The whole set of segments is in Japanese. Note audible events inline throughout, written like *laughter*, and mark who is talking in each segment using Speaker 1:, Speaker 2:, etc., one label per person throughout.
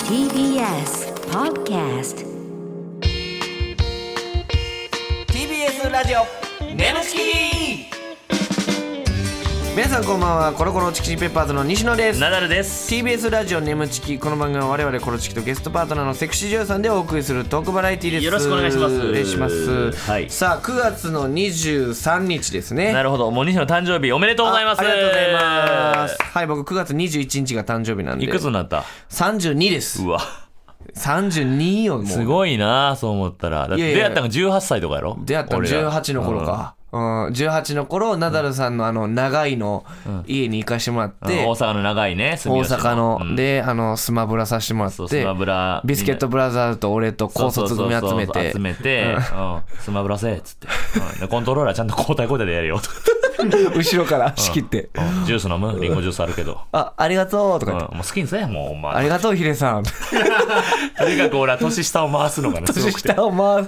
Speaker 1: TBS Podcast
Speaker 2: TBS ラジオネムチ
Speaker 3: 皆さんこんばんはコロコロチキチキペッパーズの西野です
Speaker 2: ナダルです。
Speaker 3: TBS ラジオネムチキこの番組は我々コロチキとゲストパートナーのセクシー女優さんでお送りするトークバラエティです
Speaker 2: よろしくお願いします
Speaker 3: お願いします、
Speaker 2: はい
Speaker 3: さあ9月の23日ですね
Speaker 2: な
Speaker 3: る
Speaker 2: るほど、もう西野誕生日おめでとうございます。
Speaker 3: あありがとうございます。はい僕9月21日が誕生日なんで
Speaker 2: いくつになった？
Speaker 3: 32です
Speaker 2: うわ、
Speaker 3: 32よもう
Speaker 2: すごいな、そう思ったら。だっ
Speaker 3: いやい
Speaker 2: て
Speaker 3: や
Speaker 2: 出会ったの18歳とかやろ？
Speaker 3: 出会ったの
Speaker 2: 俺ら
Speaker 3: 18の頃。かうん、18の頃ナダルさんのあの長いの家に行かしてもらっ
Speaker 2: うんうん
Speaker 3: て、
Speaker 2: 大阪の長いね、住
Speaker 3: 大
Speaker 2: 吉
Speaker 3: 阪の、
Speaker 2: うん
Speaker 3: であのスマブラさせてもらって
Speaker 2: そうスマブラ
Speaker 3: ビスケットブラザーズと俺と高卒組集め
Speaker 2: そうそうそうそう
Speaker 3: て
Speaker 2: 集めて、うんスマブラせえっつって、うんでコントローラーちゃんと交代交代でやるよとか
Speaker 3: 後ろから仕切って
Speaker 2: 言
Speaker 3: *laughs*
Speaker 2: って、うんジュース飲むリンゴジュースあるけど、
Speaker 3: 「あありがとう」と
Speaker 2: う
Speaker 3: か
Speaker 2: ん
Speaker 3: 言って。
Speaker 2: もう好きにせえもうお
Speaker 3: あ
Speaker 2: 前
Speaker 3: りがとうヒデさん
Speaker 2: とにかく俺は年下を回すのがねす
Speaker 3: *laughs*
Speaker 2: ご
Speaker 3: 年
Speaker 2: くて
Speaker 3: 下を回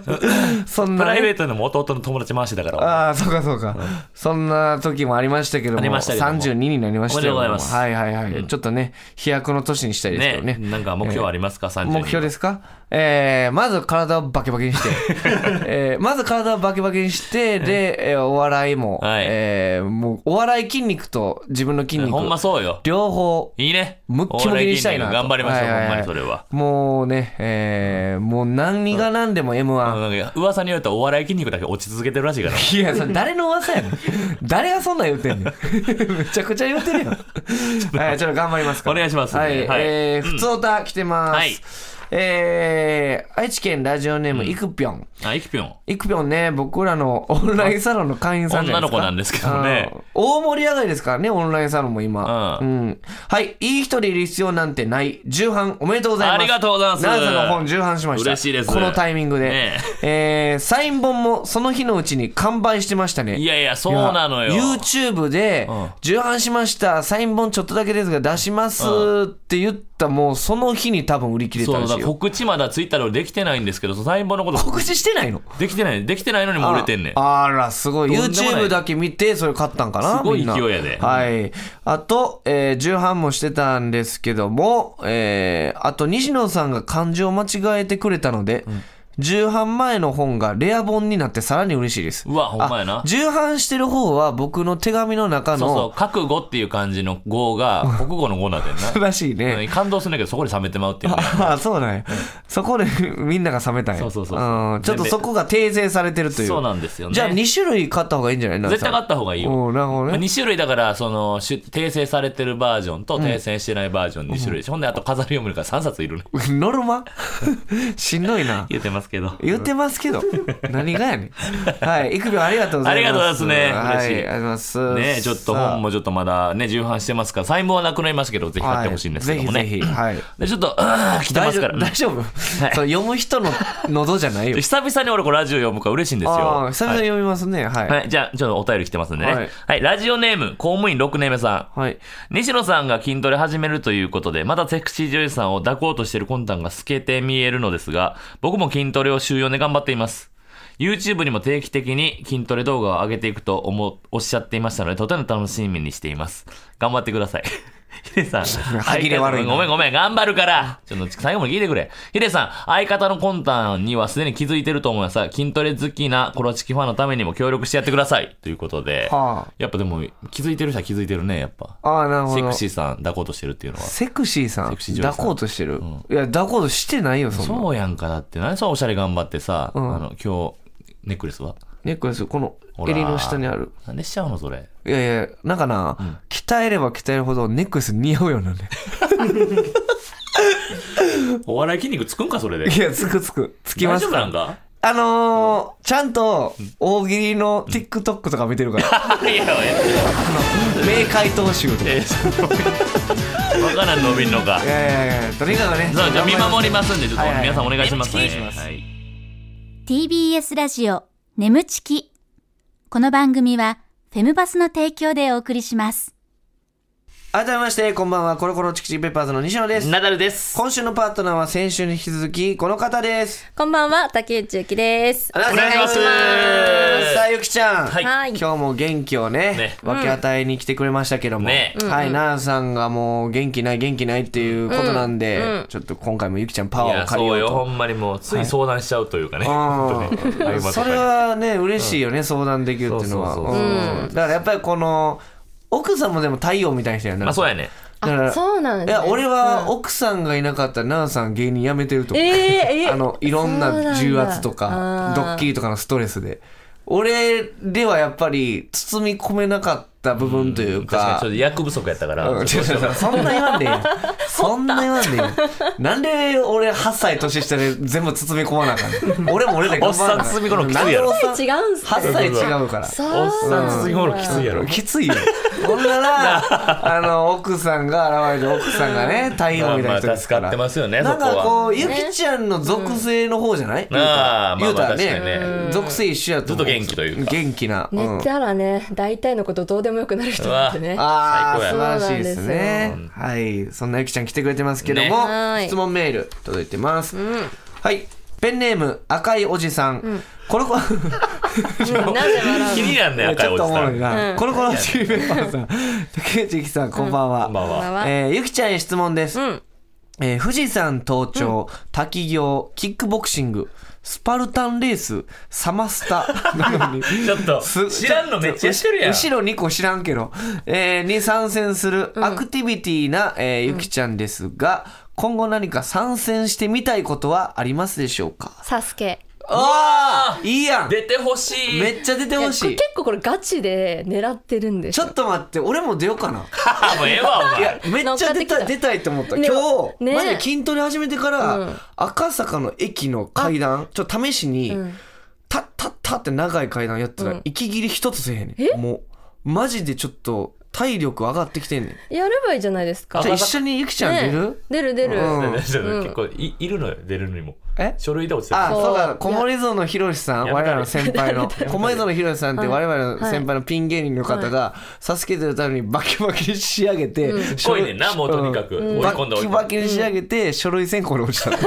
Speaker 3: すそん
Speaker 2: プ
Speaker 3: なね、
Speaker 2: ライベートでも弟の友達回してたから
Speaker 3: ああそうかそうか、そんな時もありましたけども
Speaker 2: ありましたけども
Speaker 3: 32になりましたよ
Speaker 2: おめでとうございます
Speaker 3: はいはいはい、ちょっとね飛躍の年にしたいですけ
Speaker 2: ね
Speaker 3: どね
Speaker 2: なんか目標ありますか、30
Speaker 3: 目標ですすか、えー、まず体をバキバキに
Speaker 2: *laughs*
Speaker 3: して、えー、まず体をバキバキにして、で、えーお笑いも、
Speaker 2: はい
Speaker 3: えーもうお笑い筋肉と自分の筋肉、
Speaker 2: ほんまそうよ
Speaker 3: 両方、
Speaker 2: いいね
Speaker 3: ムッキムキにしたいな
Speaker 2: お
Speaker 3: と。
Speaker 2: 笑い芸人頑張りましょ
Speaker 3: は
Speaker 2: う、
Speaker 3: いはい
Speaker 2: ほん
Speaker 3: はい
Speaker 2: まにそれは
Speaker 3: もうね、えー、もう何が何でも M1。
Speaker 2: あなんか噂によるとお笑い筋肉だけ落ち続けてるらしいから
Speaker 3: いや、
Speaker 2: *laughs*
Speaker 3: それ誰の噂やねん。誰がそんなん言うてんね
Speaker 2: *laughs*
Speaker 3: ん。めちゃくちゃ言うてるよ。はい、ちょっと頑張りますから。
Speaker 2: お願いしますね
Speaker 3: はい、
Speaker 2: はい
Speaker 3: えー、ふつおた来てます。
Speaker 2: はい
Speaker 3: えー、愛知県ラジオネーム、いくぴょん。
Speaker 2: あいきぴょん
Speaker 3: いくぴょんね、僕らのオンラインサロンの会員さんじゃい
Speaker 2: 女の子なんですけどね
Speaker 3: あー大盛り上がりですからね、オンラインサロンも今。
Speaker 2: う
Speaker 3: うんはい、いい人でいる必要なんてない。重版おめでとうございます。
Speaker 2: ありがとうございます
Speaker 3: ナルさんの本重版しました。
Speaker 2: 嬉しいです
Speaker 3: このタイミングで。
Speaker 2: ね
Speaker 3: えー、サイン本もその日のうちに完売してましたね。
Speaker 2: いやいやそうなのよ
Speaker 3: いや YouTube で
Speaker 2: うん
Speaker 3: 「重版しましたサイン本ちょっとだけですが出します」って言ったもうその日に多分売り切れた
Speaker 2: そう
Speaker 3: らし
Speaker 2: だ
Speaker 3: いよ
Speaker 2: 告知まだツイッターで俺できてないんですけどその細胞のこと
Speaker 3: 告知してないの
Speaker 2: できてないできてないのにもう売れてんねん
Speaker 3: あらすごい
Speaker 2: とんでもない
Speaker 3: YouTube だけ見てそれ買ったんかな
Speaker 2: すごい
Speaker 3: みんな
Speaker 2: 勢いやで
Speaker 3: はいあと、えー、重版もしてたんですけども、えー、あと西野さんが漢字を間違えてくれたので、重版前の本がレア本になってさらに嬉しいです
Speaker 2: うわほんまやな
Speaker 3: あ重版してる方は僕の手紙の中
Speaker 2: そうそう
Speaker 3: の
Speaker 2: 覚悟っていう感じの語が国語の語なんだよな
Speaker 3: らしい *laughs* ね、
Speaker 2: うん感動するんだけどそこで冷めてまうっていうね
Speaker 3: ああそうなんや、そこで *laughs* みんなが冷めたんや
Speaker 2: そうそうそうそうん
Speaker 3: ちょっとそこが訂正されてるという
Speaker 2: そうなんですよね
Speaker 3: じゃあ2種類買った方がいいんじゃない
Speaker 2: 絶対買
Speaker 3: っ
Speaker 2: った方がいいよ
Speaker 3: なるほど
Speaker 2: まあ、
Speaker 3: ね
Speaker 2: 2種類だからそのし訂正されてるバージョンと訂正してないバージョン2種類でしょ、ほんであと飾り読むから3冊いるね
Speaker 3: *laughs* ノルマしんどいな
Speaker 2: 言ってますけど
Speaker 3: 言ってます
Speaker 2: *laughs*
Speaker 3: けど何がやねんはい育秒ありがとうございます
Speaker 2: ありがとうございますね
Speaker 3: はい、あ
Speaker 2: 嬉しい
Speaker 3: りがとうございます
Speaker 2: ねちょっと本もちょっとまだね重版してますから細胞はなくなりますけどぜひ買ってほしいんですけどもね、
Speaker 3: はい、ぜひぜひはい
Speaker 2: でちょっとうん来てま
Speaker 3: 大
Speaker 2: す
Speaker 3: 丈
Speaker 2: から
Speaker 3: 夫大丈夫、その読む人の喉じゃないよ
Speaker 2: で久々に俺これラジオ読むから嬉しいんですよ
Speaker 3: ああ久々
Speaker 2: はい
Speaker 3: に読みますねはいはい、
Speaker 2: はいじゃあちょっとお便り来てますんでね
Speaker 3: は
Speaker 2: はいい、ラジオネーム公務員6年目さん西野さんが筋トレ始めるということで、まだセクシー女優さんを抱こうとしている魂胆が透けて見えるのですが、僕も筋トレを週4で頑張っています。YouTube にも定期的に筋トレ動画を上げていくと思うおっしゃっていましたので、とても楽しみにしています。頑張ってください。 *laughs* ヒデさん。
Speaker 3: *laughs* 歯切れ悪いな
Speaker 2: ごめんごめん、頑張るから。ちょっと最後まで聞いてくれ。ヒデさん、相方の魂胆にはすでに気づいてると思いますが、筋トレ好きなコロチキファンのためにも協力してやってください。ということで。
Speaker 3: は
Speaker 2: やっぱでも、気づいてる人は気づいてるね、やっぱ。
Speaker 3: あああなるほど
Speaker 2: セクシーさん抱こうとしてるっていうのは。
Speaker 3: セクシーさん
Speaker 2: セクシー女優さん
Speaker 3: 抱こうとしてる、いや抱こうとしてないよそんな
Speaker 2: そうやんか、だって。何そのおしゃれ頑張ってさ、あの、今日、ネックレスは
Speaker 3: ネックレスこの
Speaker 2: ほら
Speaker 3: 襟の下にある
Speaker 2: なんでしちゃうの、
Speaker 3: *laughs*
Speaker 2: それ。
Speaker 3: いやいやなんかな、鍛えれば鍛えるほどネックレス似合うようになるね
Speaker 2: お笑い筋肉つくんか、それで
Speaker 3: いやつくつくつきますから
Speaker 2: か
Speaker 3: あのー、ちゃんと大喜利の TikTok とか見てるから
Speaker 2: いやいや、
Speaker 3: 名解答集とかい
Speaker 2: えわからん、伸びんの
Speaker 3: *laughs*
Speaker 2: か。
Speaker 3: やいやいやとにかくね
Speaker 2: そう、じゃあ見守り
Speaker 3: す
Speaker 2: ますんで、ちょっと
Speaker 3: はいはい
Speaker 2: 皆さんお願いしますね。
Speaker 3: お願いします
Speaker 2: はい。
Speaker 4: TBS ラジオ眠ちきこの番組はフェムバスの提供でお送りします
Speaker 3: 改めまして、こんばんは、コロコロチキチキペッパーズの西野です。
Speaker 2: ナダルです。
Speaker 3: 今週のパートナーは先週に引き続き、この方です。
Speaker 5: こんばんは、竹内ゆきです。
Speaker 3: お願
Speaker 2: いします
Speaker 3: さあ、ゆきちゃん。
Speaker 2: はい
Speaker 5: はい
Speaker 3: 今日も元気をね
Speaker 2: ね
Speaker 3: 分け与えに来てくれましたけども、
Speaker 2: ね
Speaker 3: はい奈良さんがもう元気ない元気ないっていうことなんで、ちょっと今回もゆきちゃんパ
Speaker 2: い
Speaker 3: ワー
Speaker 2: や、
Speaker 3: を借
Speaker 2: そ
Speaker 3: り
Speaker 2: う
Speaker 3: よう
Speaker 2: よ。
Speaker 3: と
Speaker 2: ほんまにもう、つい相談しちゃうというかね。
Speaker 3: あ
Speaker 2: 本当ね
Speaker 3: ーそれ、はね嬉しいよね、相談できるっていうのは
Speaker 2: そうそうそう
Speaker 3: うんだからやっぱりこの奥さんもでも太陽みたいな人やな
Speaker 2: まあそうやね。
Speaker 3: だから
Speaker 5: そうなん
Speaker 3: い
Speaker 5: です、
Speaker 3: や
Speaker 5: ね。
Speaker 3: 俺は奥さんがいなかったら奈良さん芸人辞めてると思う、
Speaker 5: えー、え
Speaker 3: あのいろん
Speaker 5: そうなん
Speaker 3: な
Speaker 5: だ
Speaker 3: 重圧と
Speaker 5: あ
Speaker 3: か
Speaker 5: ー
Speaker 3: ドッキリとかのストレスで俺ではやっぱり包み込めなかった部分という
Speaker 2: 確かに
Speaker 3: か
Speaker 2: ちょっと役不足やったから。
Speaker 3: うんちょっとそんな言わんでいい
Speaker 2: *laughs*
Speaker 3: よそんな言わんでいいよなんで俺8歳年下で全部包み込まなあかん
Speaker 2: *laughs*
Speaker 3: の俺も俺で頑張ら
Speaker 2: お
Speaker 3: な
Speaker 2: っさん包み込むのきついやろ
Speaker 3: なんでおっさん
Speaker 5: 違うんすね
Speaker 3: 8歳違うから
Speaker 5: そう
Speaker 2: おっさん包み込むのきついやろ。
Speaker 3: きついよほんな
Speaker 2: *laughs*
Speaker 3: らあの奥さんが現れて奥さんがね太陽みたいな人ですから、
Speaker 2: まあまあ助かってますよね
Speaker 3: なん
Speaker 2: そこ
Speaker 3: か
Speaker 2: は
Speaker 3: こうゆきちゃんの属性の方じゃない、言うたら
Speaker 2: あーまあま
Speaker 3: 言
Speaker 2: あ
Speaker 3: うたら
Speaker 2: 確かにね
Speaker 3: 属性一緒やと思う
Speaker 2: ずっと元気というか
Speaker 3: 元気な、うん
Speaker 5: 寝たらね、大体のことどうでもよくなる人なんでね。
Speaker 3: ああ素
Speaker 2: 最
Speaker 3: 晴
Speaker 5: 高や
Speaker 3: らしいです
Speaker 2: そうなん
Speaker 3: ねはいそんなゆきちゃん来てくれてますけど
Speaker 2: ね
Speaker 3: も、
Speaker 5: はい
Speaker 3: 質問メール届いてます、はいペンネーム赤いおじさん、コロコロ
Speaker 5: うん *laughs* なぜ笑う
Speaker 2: 気になんね、
Speaker 3: ち
Speaker 2: 赤い
Speaker 3: ょ
Speaker 2: お
Speaker 3: っ
Speaker 2: じ
Speaker 3: とおも
Speaker 2: さ
Speaker 3: ろい
Speaker 2: ん。
Speaker 3: な、コロコロチキペッパー
Speaker 2: *laughs*
Speaker 3: さん竹内ゆきさんこんばんは、
Speaker 2: こんばんは。
Speaker 5: は
Speaker 3: えーゆきちゃんへ質問です、
Speaker 5: ん
Speaker 3: えー富士山登頂、滝行キックボクシングスパルタンレースサマスタなのに
Speaker 2: ちょっと、
Speaker 3: す
Speaker 2: *laughs* 知らんのめっちゃしてるやん。
Speaker 3: 後ろ2個知らんけど、えーに参戦するアクティビティな、えーゆきちゃんですが、今後何か参戦してみたいことはありますでしょうか
Speaker 5: サスケ。
Speaker 3: ああいいやん
Speaker 2: 出てほしい。
Speaker 3: めっちゃ出て
Speaker 5: いや
Speaker 3: ほ
Speaker 5: こ
Speaker 3: し
Speaker 5: れ
Speaker 3: い
Speaker 5: 結構これガチで狙ってるんです
Speaker 3: ちょ
Speaker 5: よ。
Speaker 3: っと待って俺も出ようかな
Speaker 2: あ、もうええわ、お
Speaker 3: いや
Speaker 2: 前。
Speaker 3: めっちゃ出
Speaker 5: 乗ったかって
Speaker 3: 出
Speaker 5: きた
Speaker 3: たいと思った
Speaker 5: ね
Speaker 3: 今日、
Speaker 5: ね
Speaker 3: マジで筋トレ始めてから、赤坂の駅の階段ちょっと試しに、タッタッタッって長い階段やったら、息切り一つせえへんねんもうマジでちょっと体力上がってきてんねん
Speaker 5: やればいいじゃないですか。
Speaker 3: じゃあ
Speaker 5: ね
Speaker 3: 一緒にゆきちゃん出る、
Speaker 5: 出る出る。
Speaker 3: うん
Speaker 2: ちょっと結構い、いるのよ、出るのにも。
Speaker 3: え
Speaker 2: 書類で落ちてる。
Speaker 3: あ
Speaker 5: そう
Speaker 3: そうだ小森園の博さん
Speaker 2: いや
Speaker 3: 我々の先輩の小森園の博さんって我々の先輩のピン芸人の方が、サスケ出るためにバキバキに仕上げて、書
Speaker 2: 濃
Speaker 3: 類
Speaker 2: いねんな、もうとにかく。追い
Speaker 3: バ
Speaker 2: 込んだ
Speaker 3: ッ
Speaker 2: 追い
Speaker 3: キ
Speaker 2: 込ん
Speaker 3: バ
Speaker 2: だ。
Speaker 3: キに仕上げて、書類選考で落ちたの。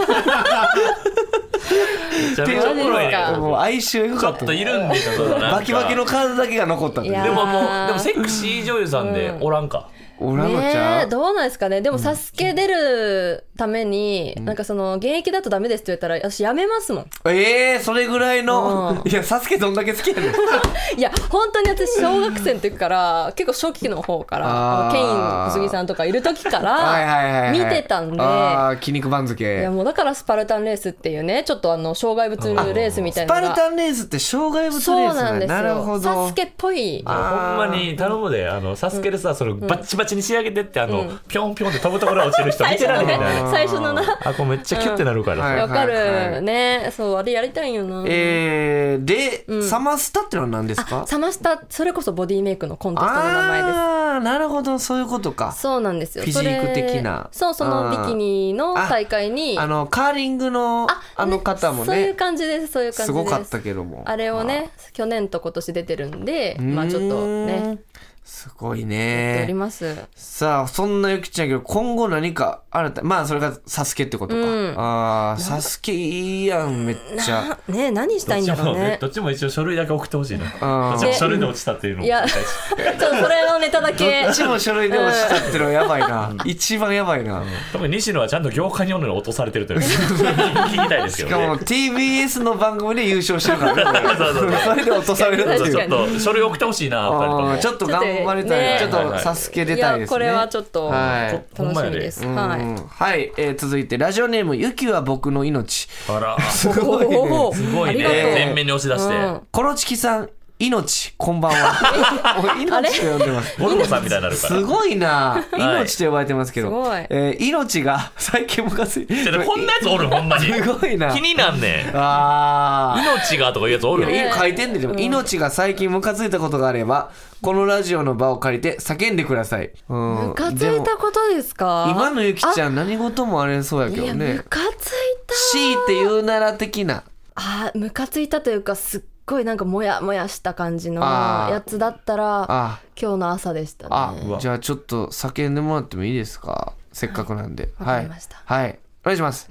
Speaker 2: めちゃめちゃおもろいね
Speaker 5: マジ
Speaker 3: もう哀愁よ
Speaker 2: ち
Speaker 3: か
Speaker 2: ょ
Speaker 3: っ
Speaker 2: ったと。緩んでたぞなんか
Speaker 3: バキバキの数だけが残ったんだ
Speaker 5: いや
Speaker 2: で
Speaker 3: よ
Speaker 2: ももうでもセクシー女優さんでおらんか、
Speaker 3: おらのち
Speaker 5: ね
Speaker 3: ゃ
Speaker 5: え
Speaker 3: ん。
Speaker 5: どうなんですかねでも「サスケ出るために、なんかその現役だとダメですって言ったら私やめますもん
Speaker 3: ええ、それぐらいの。
Speaker 5: う
Speaker 3: いや、サスケどんだけ好きやねん。
Speaker 5: いや本当に私小学生の時から結構初期の方から
Speaker 3: あー
Speaker 5: あのケイン小杉さんとかいる時か
Speaker 3: はいはいはいは
Speaker 5: ら
Speaker 3: い。
Speaker 5: 見てたんで
Speaker 3: ああ、筋肉番付。
Speaker 5: いやもうだからスパルタンレースっていうねちょっとあの障害物レースみた
Speaker 3: ス
Speaker 5: いな
Speaker 3: パル
Speaker 5: のが
Speaker 3: タンレースって障害物レース
Speaker 5: そうな
Speaker 3: なんん
Speaker 5: で
Speaker 3: や
Speaker 5: す
Speaker 3: なるほ
Speaker 5: よサ
Speaker 3: ど
Speaker 5: ス。ケっぽいいや
Speaker 2: ほんまに頼むであのサスケでさそのバッチバチに仕上げてってあの、ピョンピョンって飛ぶところ落ちる人
Speaker 5: 最
Speaker 2: 見て
Speaker 5: 初
Speaker 2: ら
Speaker 5: の
Speaker 2: れへ
Speaker 5: ね
Speaker 2: んね
Speaker 5: *laughs* 最初のな
Speaker 2: あこれめっちゃキュッてなるからさ、
Speaker 3: はい
Speaker 5: わか
Speaker 3: はいはい
Speaker 5: るねそうあれやりたいよな
Speaker 3: えー、で、サマスタってのは何ですか
Speaker 5: サマスタそれこそボディメイクのコンテストの名前です
Speaker 3: ああ、なるほど、そういうことか。
Speaker 5: そうなんですよ。
Speaker 3: フィジーク的な
Speaker 5: それそう、そ
Speaker 3: あー
Speaker 5: のビキニの大会に。
Speaker 3: あの、カーリングのあの方も
Speaker 5: そうい
Speaker 3: ね
Speaker 5: う、感じです。そういう感じですす。
Speaker 3: ごかったけども。
Speaker 5: あれをね、去年と今年出てるんで、
Speaker 3: うーん
Speaker 5: まあちょっとね、。
Speaker 3: すごい
Speaker 5: やり
Speaker 3: ね。
Speaker 5: ます。
Speaker 3: さあ、そんなゆきちゃんやけど、今後何か新た、まあそれがサスケってことか。
Speaker 5: うん
Speaker 3: ああ、サスケいいやん、めっちゃ。
Speaker 5: なね、何した
Speaker 2: ど
Speaker 5: い
Speaker 2: っ
Speaker 5: ん
Speaker 2: ち
Speaker 5: だ
Speaker 2: も
Speaker 5: ろう
Speaker 2: ね
Speaker 5: ね。
Speaker 2: どっちも一応書類だけ送ってほしいな
Speaker 3: あー
Speaker 2: どっちも書類で落ちたっていうの
Speaker 5: いや、ちょっとそれのネタだけ
Speaker 3: どっ。ちも書類で落ちたってのはやばいな。一番やばいな。
Speaker 2: 特に西野はちゃんと業界におるのに落とされてるという *laughs* 聞きたいです
Speaker 3: し
Speaker 2: よ
Speaker 3: かも
Speaker 2: ね
Speaker 3: TBS の番組で優勝してるからね。
Speaker 2: そう *laughs* そう
Speaker 3: それで落とされるって
Speaker 5: 確
Speaker 2: ち
Speaker 3: い
Speaker 5: か
Speaker 2: ょっ
Speaker 3: う。
Speaker 5: に
Speaker 2: と書類送ってほしいな2人と
Speaker 3: あ
Speaker 2: も
Speaker 3: ーちょっと頑張りたい。ち
Speaker 5: ち
Speaker 3: ょ
Speaker 5: ょ
Speaker 3: っ
Speaker 5: っ
Speaker 2: とね
Speaker 3: とサスケ出
Speaker 5: い
Speaker 3: たいで
Speaker 5: や、
Speaker 3: すね。
Speaker 5: これはちょっと
Speaker 3: はい
Speaker 5: 楽しみです。
Speaker 3: うん
Speaker 5: は
Speaker 3: はい。えー続いてラジオネーム、ゆきは僕の命。
Speaker 2: あら
Speaker 3: すごい
Speaker 5: い。
Speaker 3: ね。
Speaker 5: おー
Speaker 2: すごいね
Speaker 5: ありがとう
Speaker 2: 全面に押し出して、
Speaker 5: うん
Speaker 3: コロチキさん、命、こんばんは。
Speaker 5: *laughs*
Speaker 3: もう命と呼んでます。
Speaker 2: ボルボさんみたいになるから
Speaker 3: すごいな、
Speaker 2: い
Speaker 3: 命と呼ばれてますけど。
Speaker 5: すごい
Speaker 3: えー命が、最近ムカついて
Speaker 2: ちょっとこんなやつおるほんまに
Speaker 3: すごいな
Speaker 2: 気になんねん
Speaker 3: あ
Speaker 2: 命がとかいうやつおる
Speaker 3: ー。いやいい書いてんで、でも、命が最近ムカついたことがあれば、このラジオの場を借りて叫んでください。うん
Speaker 5: ムカつい
Speaker 3: で
Speaker 5: た
Speaker 3: も
Speaker 5: ことですか
Speaker 3: 今のゆきち
Speaker 5: ゃ
Speaker 3: ゃん、何事もあれそうやけど
Speaker 5: いや、
Speaker 3: ね
Speaker 5: ム。カついた。
Speaker 3: 強いて言うなら的な。
Speaker 5: あームカついたというかすっごいなんかモヤモヤした感じの
Speaker 3: あー
Speaker 5: やつだったら
Speaker 3: あ
Speaker 5: 今日の朝でしたね
Speaker 3: あ
Speaker 2: うわ
Speaker 3: じゃあちょっと叫んでもらってもいいですかせっかくなんで
Speaker 5: わか
Speaker 3: はい
Speaker 5: りました
Speaker 3: はいお願いします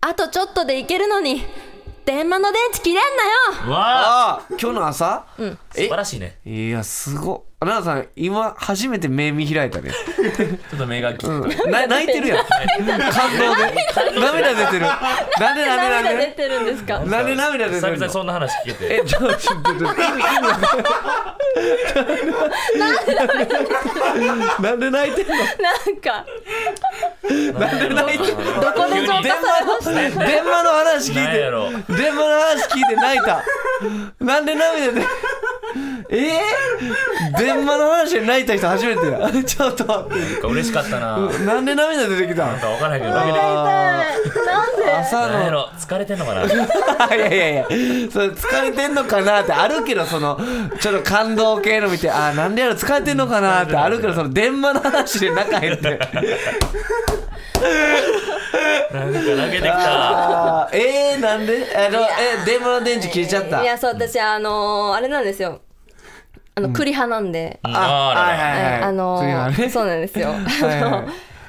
Speaker 5: あとちょっとでいけるのに電話の電池切れんなよ
Speaker 2: うわ
Speaker 3: あ
Speaker 2: あ
Speaker 3: 今日の朝
Speaker 2: 素晴らしいね
Speaker 3: いやすごっ奈々さん今初めて目見開いたね
Speaker 2: ちょっと目がキ
Speaker 3: う
Speaker 2: ュ
Speaker 3: んな泣いてるやん感動で涙出てるなんで涙
Speaker 5: *laughs* 涙出
Speaker 3: 出
Speaker 5: てるんですか
Speaker 3: るなんで涙出て
Speaker 2: 久
Speaker 3: る
Speaker 2: 々に
Speaker 3: の
Speaker 2: そんな話聞けて
Speaker 3: えちょっとちょっと意味意味なんで泣いてんの
Speaker 5: なんか
Speaker 2: なんで泣いて
Speaker 5: どこで浄化されました
Speaker 3: 電話の話聞い
Speaker 2: なん
Speaker 3: て
Speaker 2: やろ
Speaker 3: 電話の話聞いて泣いたなんで涙でえー、電話の話で泣いた人初めてやちょっと待っ
Speaker 2: なんか嬉しかったななん
Speaker 3: てなんで涙出てきた
Speaker 2: か分からへんけど涙
Speaker 3: あ
Speaker 5: なんで
Speaker 3: ー朝
Speaker 2: なんや
Speaker 3: の *laughs*
Speaker 2: ろ疲れてんのかな
Speaker 3: いやいやいやそれ疲れてんのかなってあるけどそのちょっと感動系の見てあーなんでやろ疲れてんのかなってあるけどその電話の話で泣かへんって
Speaker 2: なんか泣けてきた
Speaker 3: あーえー、なんでえのえ電話の電池消えちゃった
Speaker 5: いやそう私あのーあれなんですよあの栗派なんで、
Speaker 2: あらら
Speaker 3: はいはいはい
Speaker 5: あの
Speaker 3: 次は
Speaker 5: ー
Speaker 3: ね
Speaker 5: そうなんですよあの
Speaker 3: *laughs* はいはい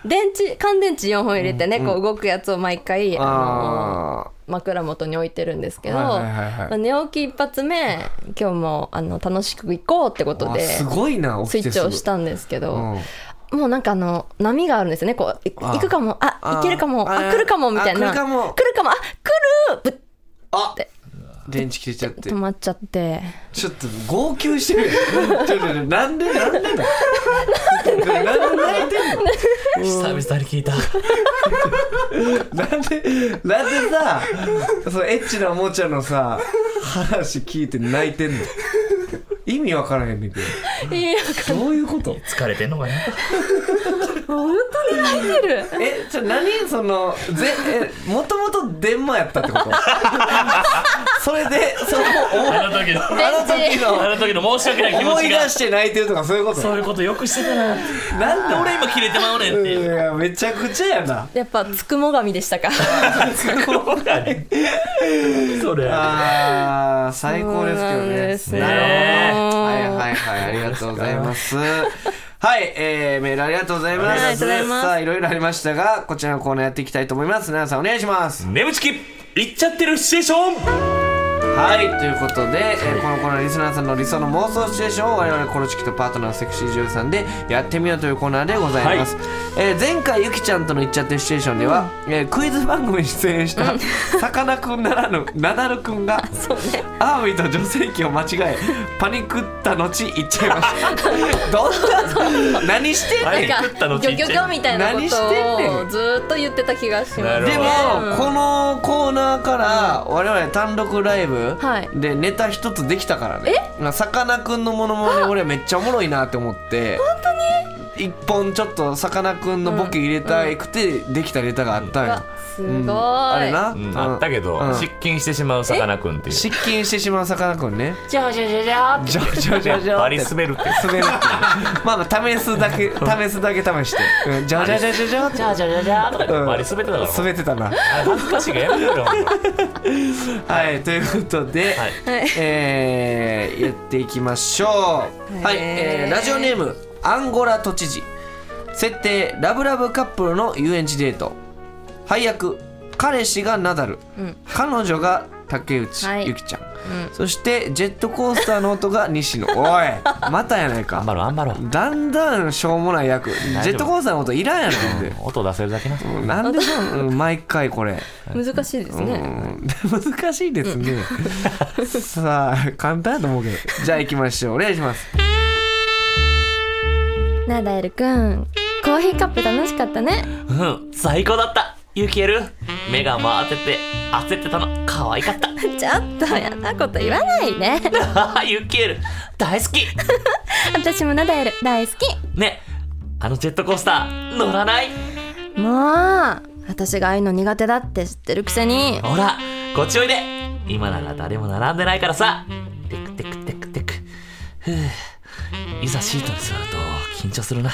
Speaker 5: 電池乾電池4本入れてね、こう動くやつを毎回、あ
Speaker 3: あ
Speaker 5: のー枕元に置いてるんですけど、
Speaker 3: はいはいはいはい
Speaker 5: まあ、寝起き一発目今日もあの楽しく行こうってこ
Speaker 3: ー
Speaker 5: と
Speaker 3: あ
Speaker 5: で
Speaker 3: ーすごいな
Speaker 5: ス
Speaker 3: 起
Speaker 5: イ
Speaker 3: きて
Speaker 5: ッ
Speaker 3: す
Speaker 5: チ
Speaker 3: ぐ
Speaker 5: をしたんですけど、
Speaker 3: うん
Speaker 5: もうなんかあの波があるんですよねこうい
Speaker 3: あ
Speaker 5: 行くかもあ
Speaker 3: あ
Speaker 5: 行けるかもあ
Speaker 3: あ
Speaker 5: 来るかもみたいな
Speaker 3: あ来るかも
Speaker 5: 来るかもあ来るぶっ
Speaker 3: あ
Speaker 5: て
Speaker 3: 電池切れちゃって
Speaker 5: 止まっちゃって
Speaker 3: ちょっと号泣してるやんちょっとなんでなんでだなんで泣いてんの
Speaker 2: 久々に聞いた
Speaker 3: なんでなんでさそのエッチなおもちゃのさ話聞いて泣いてんの意味わからへんねんけ
Speaker 5: いや
Speaker 3: どどういうこと
Speaker 2: 疲れてんのかな
Speaker 5: 本当に泣いてる
Speaker 3: えちょ何そのぜえもともと電話やったってことそれでそのお
Speaker 2: あの時の
Speaker 3: あの時
Speaker 2: あ
Speaker 3: の
Speaker 2: の時の申し訳ない気持
Speaker 3: 思
Speaker 2: ち
Speaker 3: い出
Speaker 2: が
Speaker 3: して泣いてるとかそういうこと
Speaker 2: *laughs* そういうことよくしてたな
Speaker 3: なんで
Speaker 2: 俺今切れてまうねんっていう
Speaker 3: いやめちゃくちゃやな
Speaker 5: *laughs* やっぱつくも神でしたか
Speaker 2: それ
Speaker 3: あー最高ですけどね
Speaker 5: そ
Speaker 2: な
Speaker 5: う
Speaker 2: んですね
Speaker 3: はいはいはいありがとうございますはい、えー、メールありがとうございます。
Speaker 5: はいありがとうございます
Speaker 3: さあ、いろいろありましたが、こちらのコーナーやっていきたいと思います。皆さんお願いします。
Speaker 2: 眠ちき行っちゃってるシチュエーション
Speaker 3: はい、ということで、えーこのコーナーリスナーさんの理想の妄想シチュエーションを我々コロチキとパートナーセクシー女優さんでやってみようというコーナーでございます。えー前回ゆきちゃんとの言っちゃってるシチュエーションでは、えークイズ番組に出演したさかなクンならぬナダルくん
Speaker 5: *laughs*
Speaker 3: が
Speaker 5: そう
Speaker 3: *laughs*
Speaker 5: ね
Speaker 3: アーミーと女性器を間違えパニックった後行っちゃいまし
Speaker 5: *laughs*
Speaker 3: たどんな何してん
Speaker 2: あ
Speaker 3: ね
Speaker 2: れ
Speaker 3: ん
Speaker 5: なん
Speaker 2: 食った
Speaker 5: か
Speaker 2: の
Speaker 5: ギョギョギョみたいなこ
Speaker 3: 何してんね
Speaker 5: と
Speaker 3: ん
Speaker 5: をずーっと言ってた気がし
Speaker 2: な
Speaker 5: ま
Speaker 2: る
Speaker 3: で
Speaker 2: ほ
Speaker 5: す
Speaker 3: もこのコーナーから我々単独ライブ
Speaker 5: はい
Speaker 3: でネタ一つできたからねまあさかなクンのものまね俺めっちゃおもろいなって思って本当に一本ちょっとさかなクンのボケ入れたくてできたネタがあったん
Speaker 5: うわ
Speaker 3: よ
Speaker 5: すご
Speaker 3: う
Speaker 5: い、
Speaker 3: んあれな
Speaker 2: うん
Speaker 3: うん
Speaker 2: あったけど
Speaker 3: うん
Speaker 2: 失禁してしまうさかなクンっていう
Speaker 3: 失禁してしまうさかなクン
Speaker 5: *laughs*
Speaker 3: ね
Speaker 5: じゃあじゃあじゃあじゃあ
Speaker 3: じゃじゃじゃじゃ
Speaker 2: バリ滑る
Speaker 3: *laughs*
Speaker 2: って
Speaker 3: 滑るっていうまあまあ試すだけ試すだけ試して、うん、じゃじゃじゃじゃじゃって
Speaker 2: じゃあじゃあじゃあじゃあとか言ってバリ滑ってたから
Speaker 3: 滑ってたな
Speaker 2: あれ恥ずかしいからやめろよほんま
Speaker 3: はいということで、
Speaker 2: はい
Speaker 3: えーやっていきましょうはい、えーラジオネームアンゴラ都知事設定ラブラブカップルの遊園地デート配役彼氏がナダル、彼女が竹内、
Speaker 5: はい
Speaker 3: ゆきちゃん、そしてジェットコースターの音が西野おいまたやないか
Speaker 2: 頑張ろう頑張ろう
Speaker 3: だんだんしょうもない役ジ
Speaker 2: 夫
Speaker 3: ェットコースターのこといらんやろって
Speaker 2: 音出せるだけな
Speaker 3: もうなんでそんうん毎回これ、
Speaker 5: 難しいです
Speaker 3: う
Speaker 5: ね、
Speaker 3: ん、難しいですねさあ簡単やと思うけどじゃあ行きましょうお願いします
Speaker 5: なだえるくんコーヒーカップ楽しかったね *laughs*
Speaker 2: うん最高だったゆきえる目が回ってて焦ってたの可愛かった
Speaker 5: ちょっとやなこと言わないで
Speaker 2: *laughs* ゆきえる大好き
Speaker 5: 私もナダエル大好き
Speaker 2: ねあのジェットコースター乗らない
Speaker 5: もう私がああいうの苦手だって知ってるくせに
Speaker 2: ほらこっちおいで今なら誰も並んでないからさテクテクテクテクふういざシートに座ると緊張するな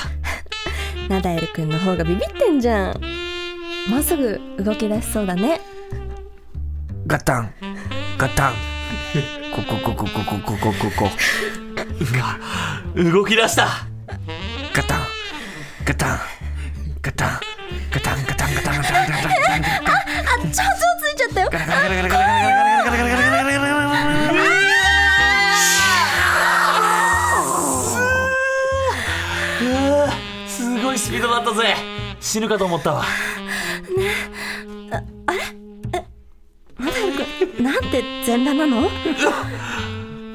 Speaker 5: ナダエルくんの方がビビってんじゃんもうすぐ動き出しそうだね
Speaker 3: ガタンガタンここここここここここ
Speaker 2: 動き出した
Speaker 3: ガタンガタンガタンガタンガタンガタンガタンガタンガタンガタン
Speaker 6: ちょっとついちゃったよ
Speaker 3: ガラガラガラガラガラガラガラガラガラガラガラガラガラ
Speaker 2: すごいスピードだったぜ死ぬかと思ったわ
Speaker 5: なんて全裸なの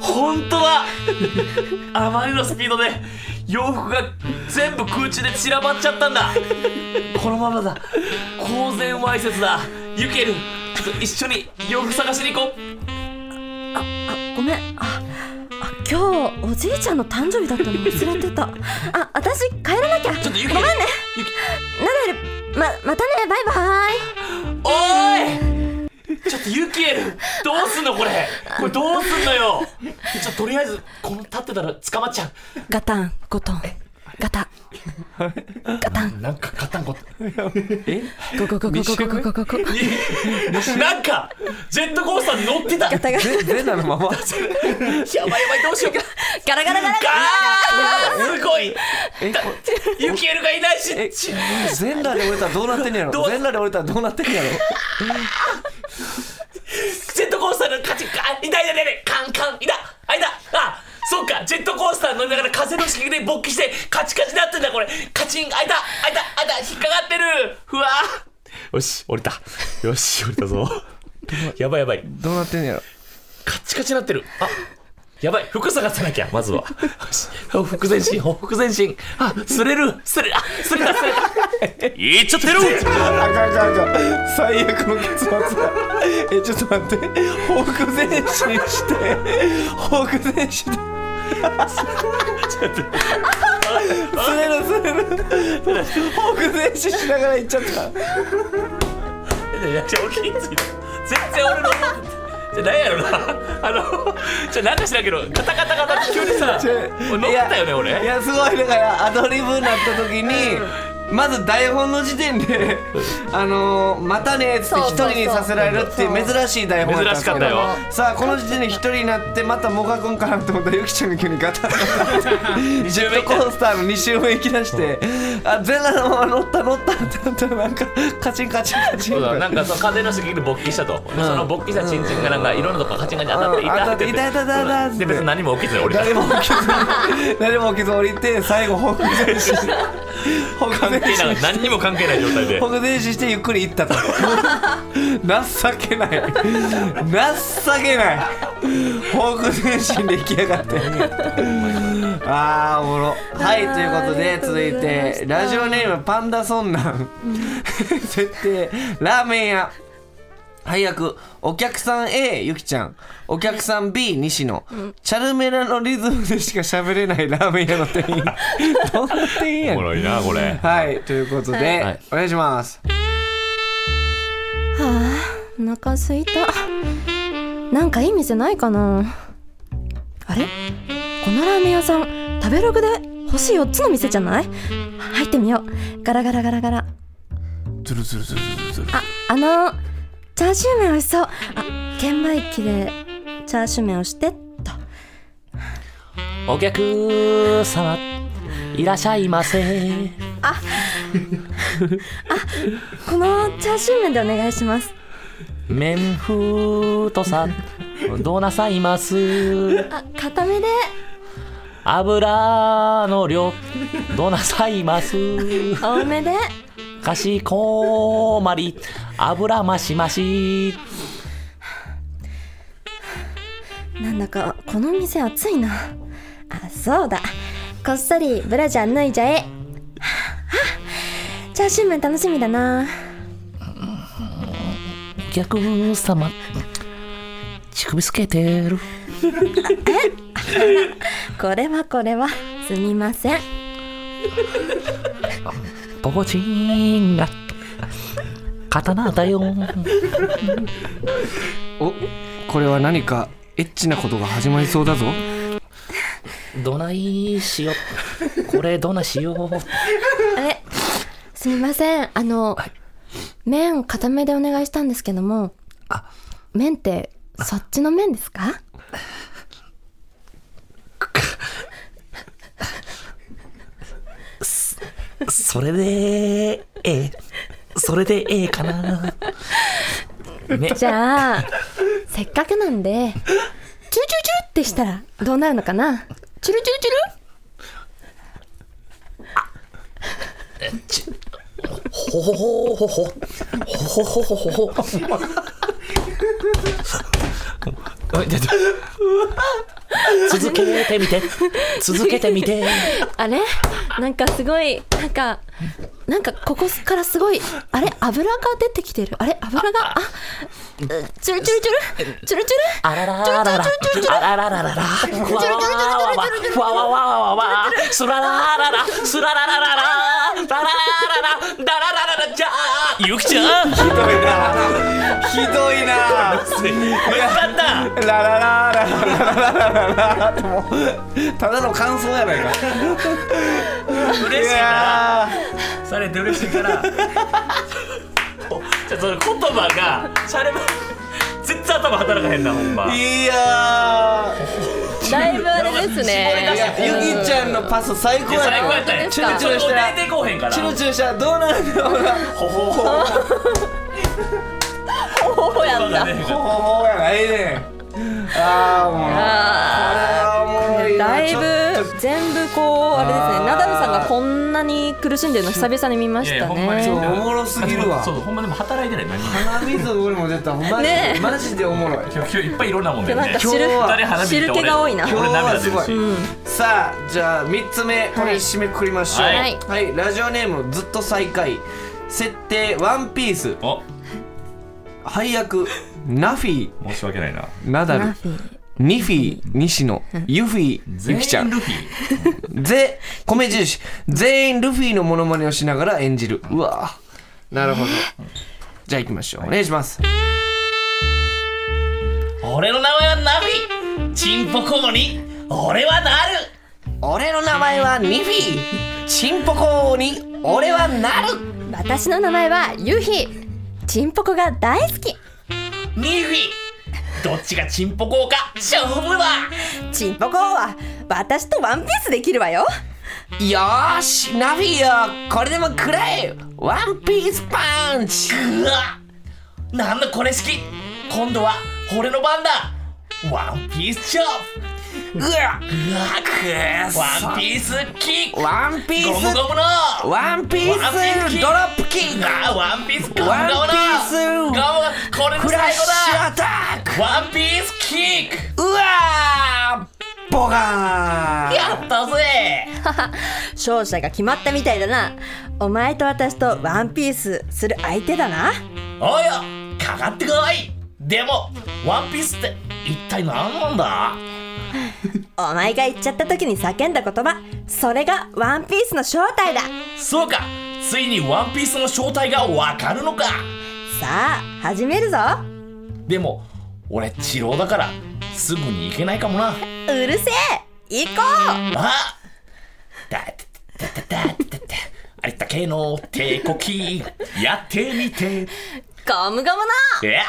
Speaker 2: 本当はあまりのスピードで洋服が全部空中で散らばっちゃったんだこのままだ公然わいせつだユケルちょっと一緒に洋服探しに行こう
Speaker 5: ごめんああ今日おじいちゃんの誕生日だったの忘れてたあ私帰らなきゃ
Speaker 2: ちょっとユケル
Speaker 5: ごめんね
Speaker 2: ユケ
Speaker 5: ナダルままたねバイバイ
Speaker 2: おーいちょっとユキエルどうすんのこれこれどうすんのよちょっととりあえずこの立ってたら捕まっちゃ
Speaker 5: ガタンゴトンガタ
Speaker 2: うなんか勝ったんこ
Speaker 5: ゴゴゴゴゴゴゴゴゴ
Speaker 2: なんかジェットコースターに乗ってたやばいや
Speaker 3: ベタのまま
Speaker 2: ばいどうしよう
Speaker 5: ガラガラガラ
Speaker 2: あーすごい
Speaker 3: えこ
Speaker 2: ユキエルがいないし
Speaker 3: え全裸で折れたらどうなってんねやろ
Speaker 2: どう
Speaker 3: 全裸で折れたらどうなってんねやろ
Speaker 2: ジェットコースターのカチンカン痛い痛い痛い痛いカンカン痛いあ痛いあそっかジェットコースター乗りながら風の刺激で勃起してカチカチになってんだこれカチンあ痛い痛いあ痛い引っかかってるふわよし降りたよし降りた *laughs* ぞやばいやばい
Speaker 3: どうなってんねやろ
Speaker 2: カチカチなってるあやばい服探さなきゃまずはよしほふく前進ほふく前進あ擦れる擦れあ擦れた擦 *laughs* れたいっちゃってる
Speaker 3: あかんあかんあかん最悪の結末 *laughs* だえちょっと待って報復前進して *laughs* 報復前進してすれるすれる報復前進しながら行っちゃった
Speaker 2: いや、じゃあ俺について全然俺のじゃあ何やろなあのじゃあなんかしらんけどカタカタカタって急にさ
Speaker 3: ちょ
Speaker 2: 乗ったよ
Speaker 3: い
Speaker 2: ね
Speaker 3: やい
Speaker 2: 俺
Speaker 3: やすごいだからアドリブになった時にまず台本の時点で「あのー、またね」っつ
Speaker 6: そ
Speaker 3: って
Speaker 6: うそうそ
Speaker 3: 一
Speaker 6: う
Speaker 3: 人にさせられるっていう珍しい台本だったんですけど
Speaker 2: 珍しか
Speaker 3: さあこの時点で一人になってまたもがくんかなと思ったらゆきちゃんが急にガタッ
Speaker 2: *laughs*
Speaker 3: とジェットコースターの2周目行きだして「あ全裸のまま乗った乗った」ってなったらなんかカチンカチンカチン
Speaker 2: そうだ
Speaker 3: *laughs*
Speaker 2: なんかその風の刺激で勃起したと、その勃起したチンチンがなんかいろんなとこカチンカチン当たって
Speaker 3: うん
Speaker 2: いたって
Speaker 3: 当たって痛い痛い痛い痛い
Speaker 2: で別に何も起きずに俺
Speaker 3: 誰も傷誰も傷降りて最後北前進して北
Speaker 2: 関係
Speaker 3: 前進
Speaker 2: ない何にも関係ない状態で
Speaker 3: 北前進してゆっくり行ったと *laughs* 情けない情けない北前進で行きやがってあーおもろはいということで続いてラジオネームパンダソンナン *laughs* 設定ラーメン屋配役お客さん A ゆきちゃんお客さん B 西野、チャルメラのリズムでしか喋れないラーメン屋の店
Speaker 2: *laughs*
Speaker 3: 員どんな店員や
Speaker 2: お
Speaker 3: ね
Speaker 2: も
Speaker 3: ん
Speaker 2: ろいなこれ
Speaker 3: はい、ということで、
Speaker 2: はい
Speaker 3: お願いします。
Speaker 5: お腹すいたなんかいい店ないかなあれこのラーメン屋さん食べログで星4つの店じゃない入ってみようガラガラガラガラ
Speaker 3: ズルズルズルズル
Speaker 5: ああのチャーシュー麺美味しそうあ券売機でチャーシュー麺をしてっと
Speaker 2: お客様いらっしゃいませ
Speaker 5: このチャーシュー麺でお願いします
Speaker 2: 麺風とさどうなさいます
Speaker 5: あ固めで
Speaker 2: 油の量どうなさいます
Speaker 5: 多めで
Speaker 2: かしこまり油ましまし
Speaker 5: なんだかこの店暑いなあそうだこっそりブラジャー脱いじゃえはあチャーシュー麺楽しみだな
Speaker 2: お客様乳首つけてる
Speaker 5: これはこれはすみません
Speaker 2: ポコチンが刀だよ
Speaker 3: お、これは何かエッチなことが始まりそうだぞ。
Speaker 2: どないしようこれどないしよう
Speaker 5: あれすみませんあの、麺固めでお願いしたんですけども
Speaker 2: あ
Speaker 5: 麺ってそっちの面ですか
Speaker 2: それで、ええ。それでええかな。
Speaker 7: ね。
Speaker 5: じゃあせっかくなんでチュルチュルチュルってしたらどうなるのかなチュルチュルチュル
Speaker 2: ほほほほほ。ほほほほほほ。
Speaker 7: おいちょっと
Speaker 2: 続けてみて。続けてみて。
Speaker 5: あれなんかすごいなんかなんかここからすごいあれ油が出てきてるあれ油があうチュルチュルチュルチュルチ
Speaker 2: あららららら。あららららら。ふわわわわ。ふわわわわわわ。すらららら。すららららら。ららららら。だらららら。じゃあ、ゆきちゃん。
Speaker 3: ひどいなひどいな
Speaker 2: やった
Speaker 3: ララララララララララってもうただの感想やないかい
Speaker 2: 嬉しいな。
Speaker 3: や
Speaker 2: されて嬉しい
Speaker 7: *laughs*
Speaker 2: から。じゃあその言葉が、しゃれば、全然頭働かへんな、ほんま。
Speaker 3: ーいや
Speaker 8: だいぶあれです
Speaker 3: ーい
Speaker 8: ね
Speaker 3: やゆきちゃんのパス最高
Speaker 2: いや
Speaker 3: や
Speaker 2: 最高やった
Speaker 3: ね
Speaker 2: んや
Speaker 3: チュルチュルしたら
Speaker 2: 出てこうへんから
Speaker 3: チュルチュルしたらどうなるのほ
Speaker 2: ほほほ
Speaker 8: ほほやんだ
Speaker 3: ほほやないねんあーもうこれはおもろいな
Speaker 8: だい
Speaker 3: ちょっ
Speaker 8: ぶ全部こうあれです
Speaker 3: あー
Speaker 8: ねナダルさんがこんなに苦しんでるの久々に見ました
Speaker 7: いやいや
Speaker 8: ね
Speaker 3: と
Speaker 7: ほんま
Speaker 3: おもろすぎるわ
Speaker 7: *laughs* そうそうほんまでも働いてない何も
Speaker 3: 鼻水俺も出たマジ,、
Speaker 8: ねえ
Speaker 3: マジでおもろい
Speaker 7: 今日今日いっぱいいろんなもんだよ
Speaker 8: なん
Speaker 7: ね
Speaker 8: か汁
Speaker 3: 今日は
Speaker 7: 誰花火見て
Speaker 8: 汁気が多いな
Speaker 7: 俺俺
Speaker 3: 今日は
Speaker 7: 涙
Speaker 3: す
Speaker 7: 出
Speaker 3: ご
Speaker 7: る
Speaker 3: い
Speaker 7: し、
Speaker 3: さあじゃあ3つ目これ締めくくりましょう
Speaker 7: はい
Speaker 3: はい、ラジオネームずっと最下位設定ワンピース
Speaker 7: お
Speaker 3: 配役ナフィ
Speaker 7: 申し訳ないな
Speaker 3: ナダル
Speaker 5: ュル
Speaker 3: ニフィ西野ユフィゆきちゃ
Speaker 7: 全員
Speaker 3: ん
Speaker 7: ルフィ
Speaker 3: ぜ米印全員ルフィのモノマネをしながら演じるうわなるほど、じゃあ行きましょう、お願いします
Speaker 2: 俺の名前はナビチンポコモに俺はなる
Speaker 3: 俺の名前はニフィチンポコに俺はなる
Speaker 5: 私の名前はゆひチンポコが大好き
Speaker 2: ニフィどっちがチンポコか勝負だ
Speaker 5: チンポコは私とワンピースできるわよ
Speaker 3: よーしナフィよこれでも食らえワンピースパンチ
Speaker 2: うわなんだこれ式今度は俺の番だワンピースチョッ
Speaker 3: うわ
Speaker 2: プうわく
Speaker 3: そ
Speaker 2: ワンピースキック
Speaker 3: ワンピー
Speaker 2: ゴム
Speaker 3: ス
Speaker 2: ゴムの
Speaker 3: ワンピ
Speaker 2: ワンピ
Speaker 3: ー
Speaker 2: ースキ
Speaker 3: ス
Speaker 2: ッ
Speaker 3: ドロップキック
Speaker 2: あワンピースゴムゴムの
Speaker 3: ワンピース
Speaker 2: ゴムゴムこれで
Speaker 3: フラッ
Speaker 2: 最
Speaker 3: シ
Speaker 2: 後
Speaker 3: ュ
Speaker 2: だ
Speaker 3: アタック
Speaker 2: ワンピースキック
Speaker 3: うわーボガーン
Speaker 2: やったぜ
Speaker 5: 勝者が決まったみたいだなお前と私とワンピースする相手だな
Speaker 2: おいよかかってこいでもワンピースって一体何なんだ
Speaker 5: お前が言っちゃった時に叫んだ言葉それがワンピースの正体だ
Speaker 2: そうかついにワンピースの正体がわかるのか
Speaker 5: さあ始めるぞ
Speaker 2: でも俺治療だからすぐに行けないかもな
Speaker 5: うるせえ行こ
Speaker 2: あだだだだだだあれだけの手こきやってみて
Speaker 5: うゴムゴムの
Speaker 2: えっ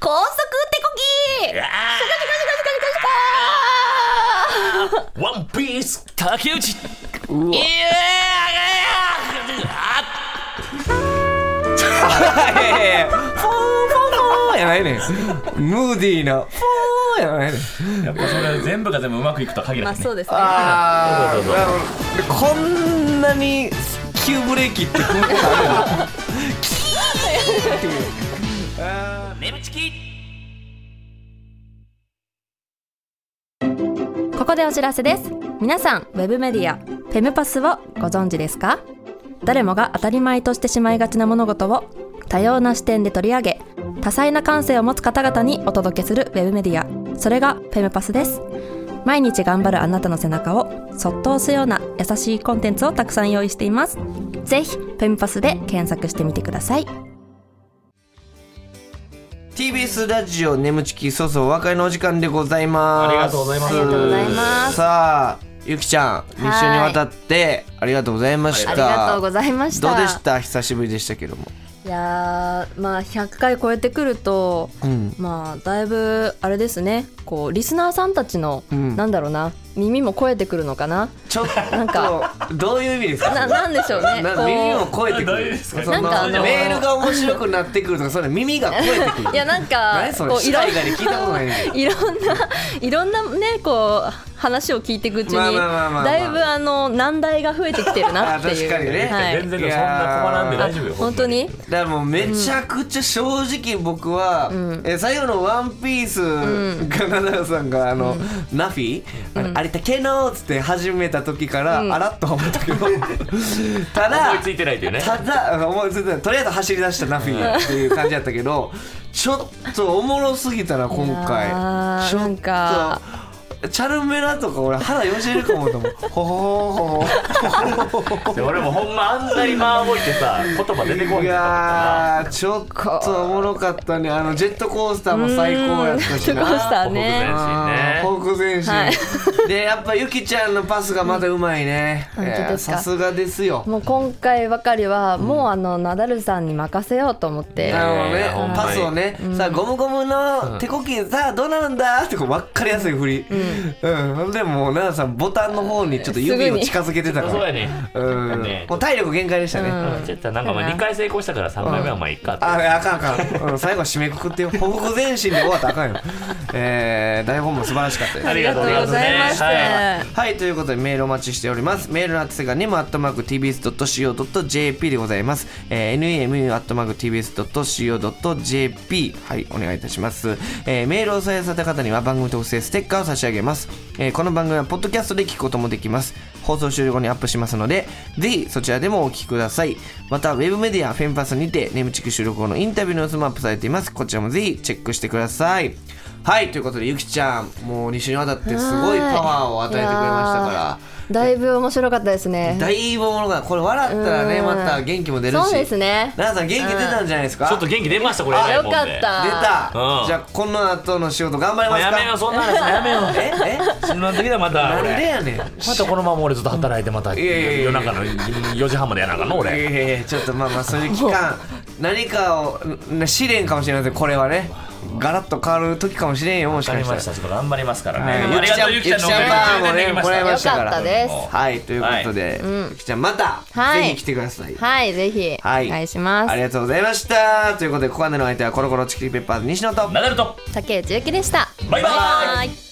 Speaker 5: 高速手こき
Speaker 2: あーワンピース竹内いやーあー
Speaker 3: いやいやいやフォーフォーフォーやないねんムーディーなフォーやないねん
Speaker 7: やっぱそれ全部が全部うまくいくとは限ら
Speaker 8: まあ
Speaker 7: ない、ね
Speaker 8: そうですね
Speaker 3: あーなるほどこんなに急ブレーキってこういうことあるのキーっていう
Speaker 2: ネムチキ
Speaker 5: ここでお知らせです皆さんウェブメディアフェムパスをご存知ですか誰もが当たり前としてしまいがちな物事を多様な視点で取り上げ多彩な感性を持つ方々にお届けするウェブメディアそれがフェムパスです毎日頑張るあなたの背中をそっと押すような優しいコンテンツをたくさん用意していますぜひフェムパスで検索してみてください
Speaker 3: TBS ラジオ眠ちきそろそろお別れのお時間でございま
Speaker 7: あ
Speaker 3: す
Speaker 7: りがとうございます
Speaker 5: ありがとうございます
Speaker 3: さあゆきちゃん、2週にわたってありがとうございました。
Speaker 4: ありがとうございました
Speaker 3: どうでした久しぶりでしたけども。
Speaker 5: いやーまあ100回超えてくると、
Speaker 3: うん
Speaker 5: まあだいぶあれですねこうリスナーさんたちの、
Speaker 3: ん
Speaker 5: なんだろうな耳も超えてくるの
Speaker 3: *laughs*
Speaker 5: かな
Speaker 3: ちょっ
Speaker 5: なんか
Speaker 3: と、どういう意味ですか
Speaker 5: ななんでしょうね
Speaker 3: な
Speaker 5: こう
Speaker 3: 耳を超えてくる。その
Speaker 5: なんかあの
Speaker 3: メールが面白くなってくるとか、それ耳が超えてくる。
Speaker 5: いやなんか
Speaker 3: 何それ
Speaker 5: こうい
Speaker 3: 視
Speaker 5: ろん
Speaker 3: 界がに聞いたことないね。
Speaker 5: *laughs* いろんないろんなねこう話を聞いていくうちに
Speaker 3: まあまあまあまあ
Speaker 5: だいぶあの難題が増えてきてるなって
Speaker 3: *laughs*
Speaker 5: い
Speaker 3: あ
Speaker 5: う
Speaker 3: 確かにね
Speaker 5: はい
Speaker 2: 全然でもそんな困らんで大丈夫よ。
Speaker 5: 本当に
Speaker 3: だからもうめちゃくちゃ正直僕は、え最後の「ワンピースカナダさんがあの、ナフィあれ有田家のーっつって始めた時から、あらっとは思ったけどただ
Speaker 2: 思いついてないというね。
Speaker 3: ただ思いついてないとりあえず走り出したナフィっていう感じだったけどちょっとおもろすぎたな今回
Speaker 5: いやー
Speaker 3: ちょっと
Speaker 5: なんか
Speaker 3: チャルメラとか俺腹よじれるかもと思ったもんほほほほほ
Speaker 2: で俺もほんまあんなに間動いてさ、言葉出てこないいかっ
Speaker 3: やーちょっとおもろかったねあのジェットコースターも最高やった
Speaker 5: ジ
Speaker 3: し
Speaker 5: ェットコース
Speaker 3: な
Speaker 5: ターね
Speaker 3: あーフォーク前進、でやっぱゆきちゃんのパスがまだうまいね、
Speaker 5: うん
Speaker 3: いや
Speaker 5: 本当
Speaker 3: ー
Speaker 5: ですか
Speaker 3: さすがですよ
Speaker 5: もう今回ばかりはもうあのナダルさんに任せようと思って
Speaker 3: なるほ
Speaker 2: いやほ
Speaker 3: ど
Speaker 2: ん
Speaker 3: ね
Speaker 2: まに
Speaker 3: パスをね、さあゴムゴムの手こきさあどうなるんだってこう分かりやすい振りうん、ほん、でもう奈々さんボタンの方にちょっと指を近づけてた
Speaker 2: ら
Speaker 3: か
Speaker 2: な。そう
Speaker 3: ら
Speaker 2: やね。
Speaker 3: うん、
Speaker 2: ね
Speaker 3: もう体力限界でしたね、
Speaker 2: ちょっとなんかまあ2回成功したから3回目はまあいいかって。
Speaker 3: ああかんあかん、うん、最後は締めくくってよ報復前進で終わったらあかんよ、えー、台本も素晴らしかったです
Speaker 2: ありがとうございますね。はい
Speaker 3: はいということでメールお待ちしておりますメールの宛先が nemu.tbs.co.jp でございます、えー、nemu.tbs.co.jp はいお願いいたします、えーメールを採用された方には番組特製ステッカーを差し上げます、えーこの番組はポッドキャストで聞くこともできます放送終了後にアップしますのでぜひそちらでもお聞きくださいまたウェブメディアフェンパスにてネムチク収録後のインタビューの様子もアップされていますこちらもぜひチェックしてくださいはいということでゆきちゃんもう2週にわたってすごいパワーを与えてくれましたから
Speaker 5: らだいぶ面白かったですね
Speaker 3: だいぶおもろかったこれ笑ったらね
Speaker 5: うん
Speaker 3: また元気も出るし
Speaker 5: そうですね
Speaker 3: 奈々さん元気出たんじゃないですか
Speaker 2: ちょっと
Speaker 3: 出
Speaker 2: 元気出ましたこれ偉いもんで。
Speaker 5: よかった
Speaker 3: た
Speaker 2: うん
Speaker 3: じゃあこの後の仕事頑張り
Speaker 2: も
Speaker 3: ま
Speaker 2: う
Speaker 3: す
Speaker 2: や
Speaker 3: か
Speaker 2: めようそんな話やめよう。
Speaker 3: ええ
Speaker 2: そんな時だまた
Speaker 3: なんで
Speaker 2: 俺。
Speaker 3: やねん
Speaker 2: またこのまま俺ずっと働いてまた
Speaker 3: いやいやいや
Speaker 2: 夜中の4時半までやなあかんの
Speaker 3: い
Speaker 2: 俺。
Speaker 3: やいやいやちょっとまあまあそういう期間何かをな試練かもしれませんこれはねガラッと変わる時かもしれんよもし
Speaker 2: わか
Speaker 3: か
Speaker 2: り
Speaker 3: したら
Speaker 2: ました。ちょっと頑張りますから
Speaker 3: はい
Speaker 2: ね。ありがとう
Speaker 3: ゆ
Speaker 2: ゆ
Speaker 3: き
Speaker 2: き
Speaker 3: ち
Speaker 2: ち
Speaker 3: ゃ
Speaker 2: ゃ
Speaker 3: ん
Speaker 2: んのおかげで
Speaker 3: ゆきちゃんバーもね
Speaker 2: 充電できま
Speaker 3: もらいま
Speaker 5: よ
Speaker 3: した
Speaker 5: かったです
Speaker 3: はいということで、ゆきちゃんまた、
Speaker 5: はい
Speaker 3: ぜひ来てください
Speaker 5: はいぜひお
Speaker 3: はい
Speaker 5: 願いしま
Speaker 3: あ
Speaker 5: す
Speaker 3: りがとうございましたということでここまでのお相手はコロコロチキリペッパーズ西野と
Speaker 2: ナダルと
Speaker 5: 竹内ゆきでした
Speaker 2: バイバイ
Speaker 5: イ